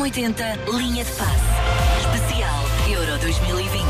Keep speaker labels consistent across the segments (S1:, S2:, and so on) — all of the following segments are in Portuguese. S1: M80 Linha de Passe. Especial Euro 2020.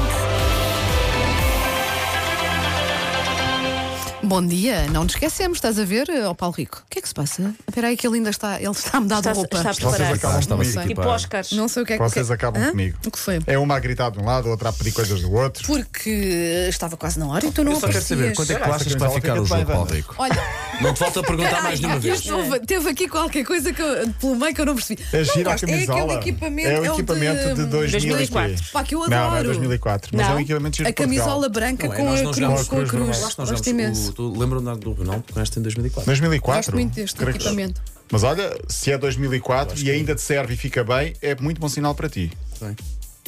S2: Bom dia, não nos esquecemos, estás a ver, ó Paulo Rico? O que é que se passa? Espera aí que ele ainda está, ele está a mudar de
S3: Está-
S2: roupa.
S3: está a
S4: Vocês
S3: preparar.
S4: acabam
S2: Não
S4: comigo.
S2: sei.
S3: Tipo
S4: pá.
S3: Oscars.
S2: Não sei o que é que
S4: Vocês
S2: o que...
S4: acabam
S2: Hã?
S4: comigo.
S2: O que foi?
S4: É uma a gritar de um lado, outra a pedir coisas do outro.
S2: Porque estava quase na hora e tu não
S5: Eu só quero
S2: aparecias.
S5: saber quando é que tu
S4: Essa
S5: achas que vai
S4: camisola
S5: ficar
S4: fica
S5: o jogo,
S4: bem,
S5: Paulo
S4: Wanda.
S5: Rico?
S2: Olha,
S5: Não te falta perguntar mais nenhuma vez.
S2: isto houve- teve aqui qualquer coisa que eu, pelo meio que eu não percebi.
S4: É
S2: Não
S4: gira a
S2: gosto, É
S4: camisola.
S2: aquele equipamento,
S4: É
S2: o
S4: o equipamento de 2000 e quê?
S3: 2004.
S2: Pá, que eu
S4: Não, não é
S2: adoro.
S4: 2004. Mas é
S3: Não.
S4: um equipamento giro
S2: A
S4: de Portugal.
S2: camisola branca
S5: Não é?
S2: com,
S5: Nós
S2: a
S5: não
S2: cruz,
S5: jogamos
S2: com a cruz.
S4: vermelha.
S5: Acho que nós
S2: Gosto
S5: jogamos
S2: imenso.
S5: o, tu lembram do Ronaldo com esta em 2004?
S4: 2004?
S2: Gosto muito deste
S4: Creio que-
S2: equipamento.
S4: Mas olha, se é 2004 e ainda te serve e fica bem, é muito bom sinal para ti.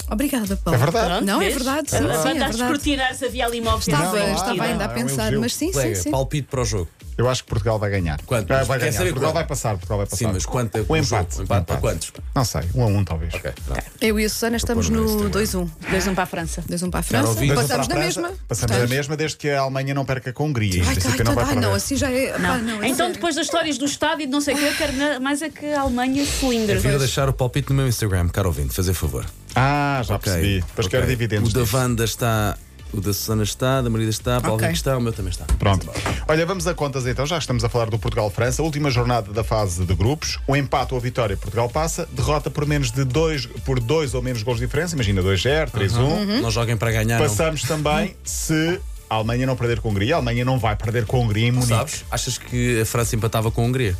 S2: Obrigada, Paulo.
S4: É verdade.
S3: Pronto,
S2: Não, é
S3: vês?
S2: verdade, sim,
S3: A
S2: sim,
S3: Wanda
S2: é
S3: a
S2: verdade.
S3: escrutinar se havia ali imóvel.
S2: Estava,
S4: Não,
S2: estava
S4: não,
S2: ainda a
S4: não, é um
S2: pensar,
S4: elogio.
S2: mas sim, sim,
S5: Colega,
S2: sim.
S5: palpite para o jogo.
S4: Eu acho que Portugal vai ganhar.
S5: Quanto?
S4: Ah, vai
S5: Quer
S4: ganhar.
S5: saber
S4: Portugal
S5: quanto?
S4: vai passar. Portugal vai passar.
S5: Sim, mas quanto é
S4: Um
S5: o
S4: empate.
S5: jogo? Um empate para quantos?
S4: Não sei. Um a um, talvez.
S5: Ok, pronto.
S2: Eu e a Susana estamos
S5: pôr no
S2: no
S5: Instagram.
S2: 2-1.
S3: 2-1 para a França.
S2: 2-1 para a
S5: Quero
S2: França.
S5: ouvir.
S4: Dois a
S2: Passamos
S4: um para
S2: na
S4: a França,
S2: mesma.
S4: Passamos a
S2: Portanto,
S4: mesma desde que a Alemanha não perca com a Hungria. Em
S2: Ai,
S4: princípio
S2: ai,
S4: não
S2: tanto-
S4: vai
S2: ai, não,
S4: perder.
S2: assim já é.
S3: Não.
S2: pá, não,
S3: então,
S2: isso é-
S3: depois das histórias do estádio e de não sei o que, eu quero na- mais é que a Alemanha
S5: Eu
S3: cilindra.
S5: queria deixar o palpite no meu Instagram, caro ouvinte, fazer favor.
S4: Ah, já
S5: Ok,
S4: percebi. Depois
S5: ok.
S4: quero dividendos.
S5: O da
S4: disso.
S5: Wanda está, o da Susana está, da Marida está, o Paulo
S2: Ok.
S5: Rico está, o meu também está.
S4: Pronto. Olha, vamos a contas então. Já estamos a falar do Portugal-França. Última jornada da fase de grupos. O empate ou a vitória, Portugal passa. Derrota por menos de dois, por dois ou menos gols de diferença. Imagina 2-0, 3-1.
S5: Não joguem para ganhar, não.
S4: Passamos também se a Alemanha não perder com a Hungria. A Alemanha não vai perder com a Hungria em Munique.
S5: Sabes? Achas que a França empatava com a Hungria?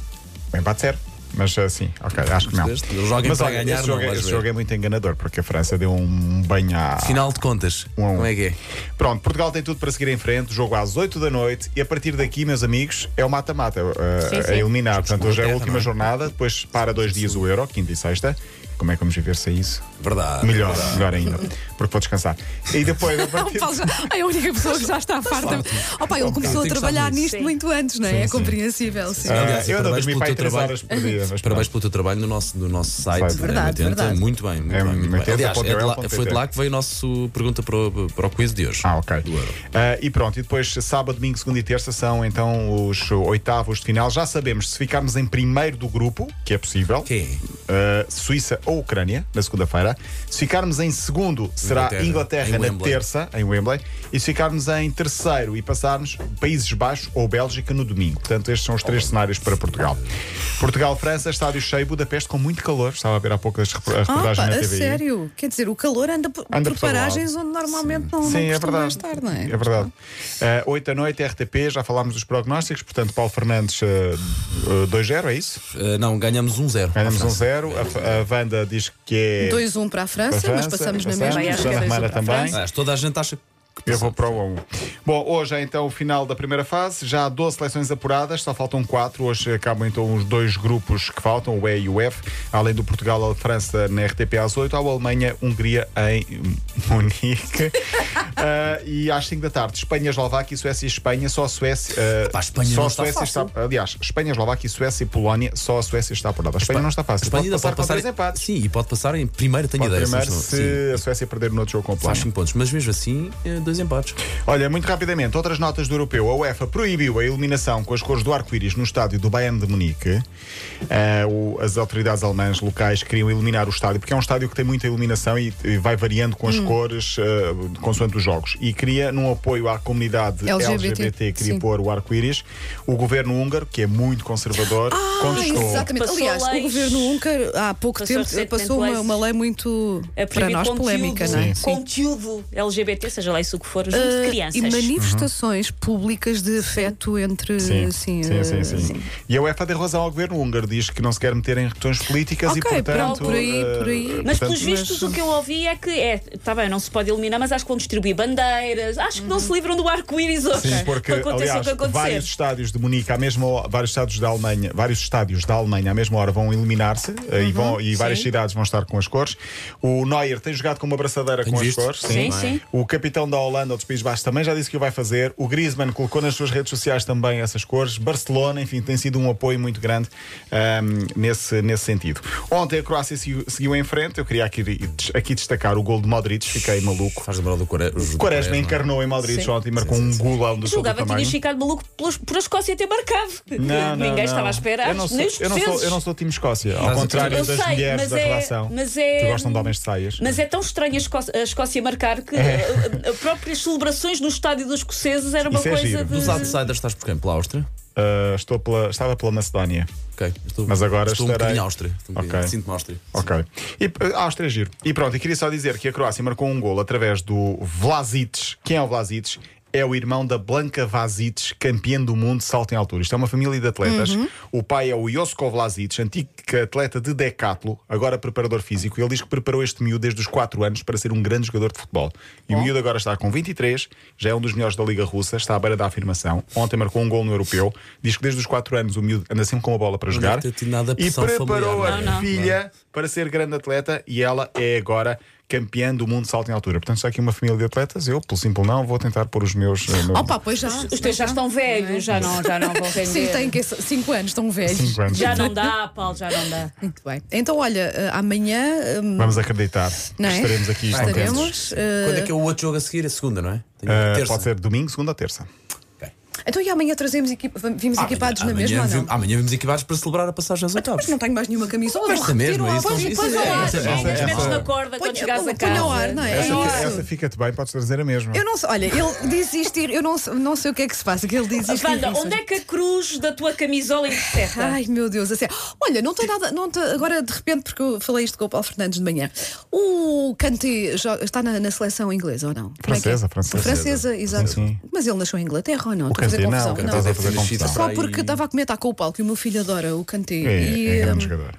S4: O empate serve. Mas assim, ok, acho que não.
S5: Percebeste? Eles joguem
S4: Mas
S5: para
S4: olha,
S5: ganhar,
S4: esse
S5: não
S4: jogo, é-
S5: vais
S4: esse
S5: ver.
S4: jogo é muito enganador, porque a França deu um banho à,
S5: Final de contas,
S4: Um a um.
S5: como é que é?
S4: Pronto, Portugal tem tudo para seguir em frente. Jogo às 8 da noite e a partir daqui, meus amigos, é o mata-mata uh,
S3: Sim, sim.
S4: a eliminar. Portanto, hoje é a
S5: Inglaterra,
S4: última
S5: não é?
S4: jornada, depois para dois dias o Euro, quinta e sexta. Como é que vamos viver sem isso?
S5: Ah, é Verdade.
S4: Melhor, melhor ainda, porque vou descansar. E depois, a
S2: O
S4: partir
S2: Paulo já- Ai, a única pessoa que já está farta. Oh, pá, ele
S4: um
S2: começou a
S5: Tem que
S2: trabalhar
S5: estar nisso.
S2: nisto
S3: Sim.
S2: muito antes, não é? É compreensível, sim.
S4: Ah,
S5: Aliás,
S4: eu ando a dormir
S5: parabéns pelo
S4: para aí
S5: teu
S4: três
S5: trabalho.
S4: horas por dia. mas
S5: Parabéns pelo teu trabalho no nosso, no nosso site,
S4: Site.
S2: Verdade,
S5: M80.
S2: verdade.
S5: Muito bem, muito
S4: É,
S5: bem. Muito bem.
S4: 80.ol.pt.
S5: Aliás, é de lá- foi de lá que veio a nossa pergunta para o, para o quiz de hoje.
S4: Ah, ok.
S5: Do Euro.
S4: Ah, e pronto, e depois sábado, domingo, segunda e terça são então os oitavos de final. Já sabemos se ficarmos em primeiro do grupo, que é possível,
S5: Quem é?
S4: ah, Suíça ou Ucrânia, na segunda-feira. Se ficarmos em segundo, será
S5: Inglaterra.
S4: Inglaterra,
S5: Em
S4: na
S5: Wembley.
S4: terça, em Wembley. E se ficarmos em terceiro e passarmos, Países Baixos ou Bélgica no domingo. Portanto, estes são os três cenários para Portugal. Portugal-França, estádio cheio, Budapeste com muito calor. Estava a ver há pouco as repor- a
S2: Ah,
S4: reportagem
S2: pá,
S4: na
S2: a
S4: TVI.
S2: sério. Quer dizer, o calor anda por,
S4: Anda
S2: por
S4: por todo lado.
S2: paragens onde normalmente não, não
S4: Sim, é
S2: costuma
S4: verdade.
S2: estar, não é?
S4: É verdade. Eh, Oito da noite, RTP, já falámos dos prognósticos, portanto, Paulo Fernandes eh, eh, 2-0, é isso?
S5: Ah, não, ganhamos 1-0.
S4: Ganhamos 1-0. A, a Wanda diz que é.
S2: 2-1 para a França,
S4: para a
S2: mas
S4: França,
S2: passamos na
S4: passamos.
S2: mesma.
S3: Vai, acho que
S4: Susana
S3: é 2-1 para
S4: Romana
S3: a
S4: também.
S3: França.
S5: Aliás, toda a gente acha que.
S4: Eu vou para o 1. Bom, hoje é então o final da primeira fase. Já há 12 seleções apuradas, só faltam 4. Hoje acabam então os dois grupos que faltam, o E e o F. Além do Portugal, a França na RTP às 8, há a Alemanha, Hungria em Munique. Ah, e às 5 da tarde, Espanha, Eslováquia, Suécia e Espanha. Só a Suécia. ah,
S5: Pá, a Espanha
S4: só
S5: não
S4: a
S5: está
S4: Suécia
S5: fácil.
S4: Aliás, Espanha, Eslováquia, Suécia e Polónia, só a Suécia está apurada. A Espanha não está fácil.
S5: Espanha
S4: pode
S5: ainda
S4: passar,
S5: pode passar.
S4: com 3 empates.
S5: Sim, e pode passar em primeiro, tenho
S4: Pode
S5: ideia.
S4: primeiro
S5: mas não-
S4: se
S5: sim.
S4: a Suécia perder no outro jogo com a
S5: Faz
S4: Polónia.
S5: 5 pontos, mas mesmo assim, eh, dois empates.
S4: Olha, muito rapidamente, outras notas do europeu. A UEFA proibiu a iluminação com as cores do arco-íris no estádio do Bayern de Munique. Ah, o- as autoridades alemãs locais queriam iluminar o estádio, porque é um estádio que tem muita iluminação e, e vai variando com as
S2: Hum.
S4: cores ah, consoante os jogos. E queria, num apoio à comunidade
S2: LGBT,
S4: LGBT, queria
S2: sim.
S4: pôr o arco-íris. O governo húngaro, que é muito conservador,
S2: Ah,
S4: contestou.
S2: Exatamente.
S3: Passou
S2: Aliás, o
S3: leis.
S2: governo húngaro há pouco
S3: Passou
S2: tempo
S3: recentemente
S2: passou uma,
S3: leis.
S2: uma lei muito, para
S3: A é proibir
S2: nós,
S3: conteúdo- né?
S2: polémica, não é? Sim.
S3: Conteúdo LGBT, seja lá isso o que for, junto
S2: Ah,
S3: de crianças.
S2: E manifestações públicas de afeto entre.
S4: Uhum. Sim,
S2: assim,
S4: sim, sim,
S2: ah,
S4: sim. E a UEFA deu razão ao governo húngaro, diz que não se quer meter em questões políticas
S2: Ok,
S4: e, portanto.
S2: pronto, por aí,
S4: eh,
S2: por aí.
S3: Mas
S4: portanto,
S3: pelos vistos
S2: mas-
S3: o que eu ouvi é que é, tá bem, não se pode eliminar, mas acho que vão distribuir bandeiras, acho que não
S2: Uhum.
S3: se livram do arco-íris hoje.
S4: Sim, porque
S3: para acontecer o
S4: aliás,
S3: que acontecer.
S4: vários estádios de Munique à mesma hora, vários estádios da Alemanha, vários estádios da Alemanha à mesma hora vão eliminar-se eh, e, vão, e várias
S3: Uhum, sim.
S4: cidades vão estar com as cores. O Neuer tem jogado com uma braçadeira
S5: Tenho
S4: com
S5: visto.
S4: as cores.
S3: Sim, sim.
S4: O capitão da Holanda ou dos Países Baixos também já disse que o vai fazer. O Griezmann colocou nas suas redes sociais também essas cores. Barcelona, enfim, tem sido um apoio muito grande ahm, nesse, nesse sentido. Ontem a Croácia seguiu, seguiu em frente. Eu queria aqui, aqui destacar o gol de Modric. Fiquei maluco.
S5: Faz lembrar do Quaresma. do
S4: Quaresma
S5: Quaresma.
S4: encarnou em Madrid
S2: Sim.
S4: ontem e marcou
S5: Sim,
S4: um
S5: sim, sim.
S4: golão do seu
S3: Julgava que
S4: tamanho.
S3: tinhas ficado maluco pelos- por a Escócia ter marcado. que
S4: Não, não,
S3: Ninguém
S4: não.
S3: estava à espera.
S4: Eu não sou,
S3: Nem os
S4: eu não sou,
S3: defeses.
S4: eu não sou time Escócia. Ao
S5: Mas-
S4: contrário
S3: Eu
S4: das
S3: sei,
S4: mulheres
S3: mas
S4: da
S3: é-
S4: relação
S3: mas é-
S4: que gostam de homens de saias.
S3: Mas é tão estranho a Escócia, a Escócia marcar que
S4: É.
S3: as próprias celebrações no estádio dos escoceses era uma
S4: Isso é
S3: coisa
S4: giro.
S3: de.
S5: Dos outsiders estás por quem? Pela Áustria?
S4: Ah, estou pela, estava pela Macedónia.
S5: Ok. Estou,
S4: Mas agora
S5: estou
S4: estarei-
S5: um bocadinho Áustria. Estou um
S4: Ok.
S5: bocadinho- Sinto-me Áustria.
S4: Ok. E, eh, Áustria é giro. E pronto, e queria só dizer que a Croácia marcou um gol através do Vlasic. Quem é o Vlasic? É o irmão da Blanca Vasic, campeã do mundo de salto em altura. Isto é uma família de atletas. O pai é o Josko Vlasic, antigo atleta de decatlo, agora preparador físico. Ele diz que preparou este miúdo desde os 4 anos para ser um grande jogador de futebol. E o miúdo agora está com 23, já é um dos melhores da Liga Russa, está à beira da afirmação. Ontem marcou um gol no europeu. Diz que desde os 4 anos o miúdo anda sempre com a bola para jogar.
S5: deve ter tido nada a
S4: e
S5: pressão
S4: preparou
S5: familiar,
S4: a
S5: não é?
S4: filha para ser grande atleta e ela é agora campeã do mundo de salto em altura. Portanto, está aqui uma família de atletas. Eu, pelo simples não, vou tentar pôr os meus. eh, meus
S2: Opa, pois já.
S3: Os teus já estão velhos, já não, já não vão render.
S2: Sim, têm que 5 anos, estão velhos.
S4: cinco anos.
S3: Já não dá, Paulo, já não dá.
S2: Muito bem. Então, olha, eh, amanhã hum,
S4: Vamos acreditar.
S2: Não é?
S4: Estaremos aqui contentes.
S2: estaremos. eh,
S5: Quando é que é o outro jogo a seguir? A segunda, não é? Tenho
S4: Eh,
S5: terça.
S4: pode ser domingo, segunda ou terça.
S5: Ok.
S2: Então, e amanhã trazemos equipa, vimos
S4: Ah,
S2: equipados na
S5: Tá, amanhã,
S2: mesma ou
S5: vi-
S2: não?
S5: amanhã vimos equipados para celebrar a passagem aos oitavos.
S2: Mas não tenho mais nenhuma camisola.
S5: Mas
S2: vou
S5: é
S2: repetir o
S5: mesmo, é isso,
S2: álbum.
S5: não-
S3: Pões
S5: isso
S3: ao
S5: é-
S3: ar,
S5: essa-
S3: sim,
S5: essa-
S3: metes
S4: essa-
S3: na corda quando chegares a
S2: Ponha-
S3: casa.
S2: Ponha ao ar, não é?
S4: Essa,
S2: É
S4: fi-
S2: isso.
S4: essa fica-te bem, podes trazer a mesma.
S2: Eu não sei, olha, ele diz isto, e- eu não, sei- não sei o que é que se passa, que ele diz isto. e
S3: Wanda,
S2: diz isto.
S3: onde é que a cruz da tua camisola é intercepta?
S2: Ai meu Deus, assim, olha, não tem nada, não tem- agora de repente, porque eu falei isto com o Paulo Fernandes de manhã. O Kanté jo- está na, na seleção inglesa ou não? Como é que é?
S4: Francesa, francesa.
S2: Francesa, exato.
S4: Sim, sim.
S2: Mas ele nasceu em Inglaterra ou não?
S4: O
S2: Estou a fazer
S4: Kanté não,
S2: confusão.
S4: o Kanté deve
S5: fazer confusão.
S2: Só
S5: Aí-
S2: porque estava a comentar com o Paulo que o meu filho adora o Kanté.
S4: É,
S2: e,
S4: é grande
S2: hum,
S4: jogador.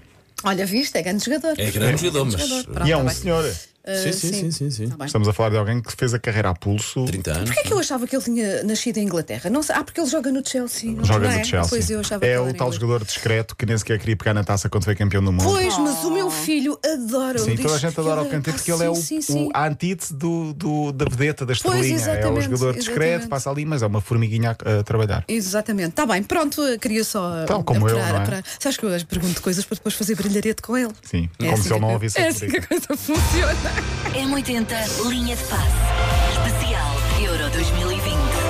S2: olha, viste, é grande jogador.
S5: É grande jogador, mas-
S2: Pronto,
S4: E é um
S2: tá bem.
S4: senhor.
S2: Ah,
S5: Sim, sim, sim, sim, sim.
S2: Tá bem.
S4: Estamos a falar de alguém que fez a carreira a pulso.
S5: 30 anos.
S2: Porquê é que eu achava que ele tinha nascido em Inglaterra? Não sei. Ah, porque ele joga no Chelsea. não-
S4: Joga
S2: não
S4: no
S2: é?
S4: Chelsea.
S2: Pois eu achava que
S4: é
S2: ele
S4: o
S2: era
S4: tal
S2: inglês.
S4: jogador discreto que nem sequer queria pegar na taça quando foi campeão do mundo.
S2: Pois, mas o meu Oh. filho adora
S4: Sim,
S2: o
S4: toda a gente adora o Kanté porque ele é o,
S2: Ah, sim, sim.
S4: o- a antítese do, do- da vedeta, da
S2: Pois,
S4: estrelinha. é o
S2: exatamente,
S4: jogador discreto,
S2: exatamente.
S4: passa ali, mas é uma formiguinha a, a trabalhar.
S2: Exatamente, está bem, pronto, eu queria só.
S4: Tal como eu, não é?
S2: Sabes que eu hoje pergunto coisas para depois fazer brilharete com ele.
S4: Sim, como se
S2: que
S4: ele não
S2: eu-
S4: ouvisse
S2: É
S4: a
S2: assim que a
S4: rubrica.
S2: coisa funciona.
S1: M80 Linha de Passe. Especial Euro 2020.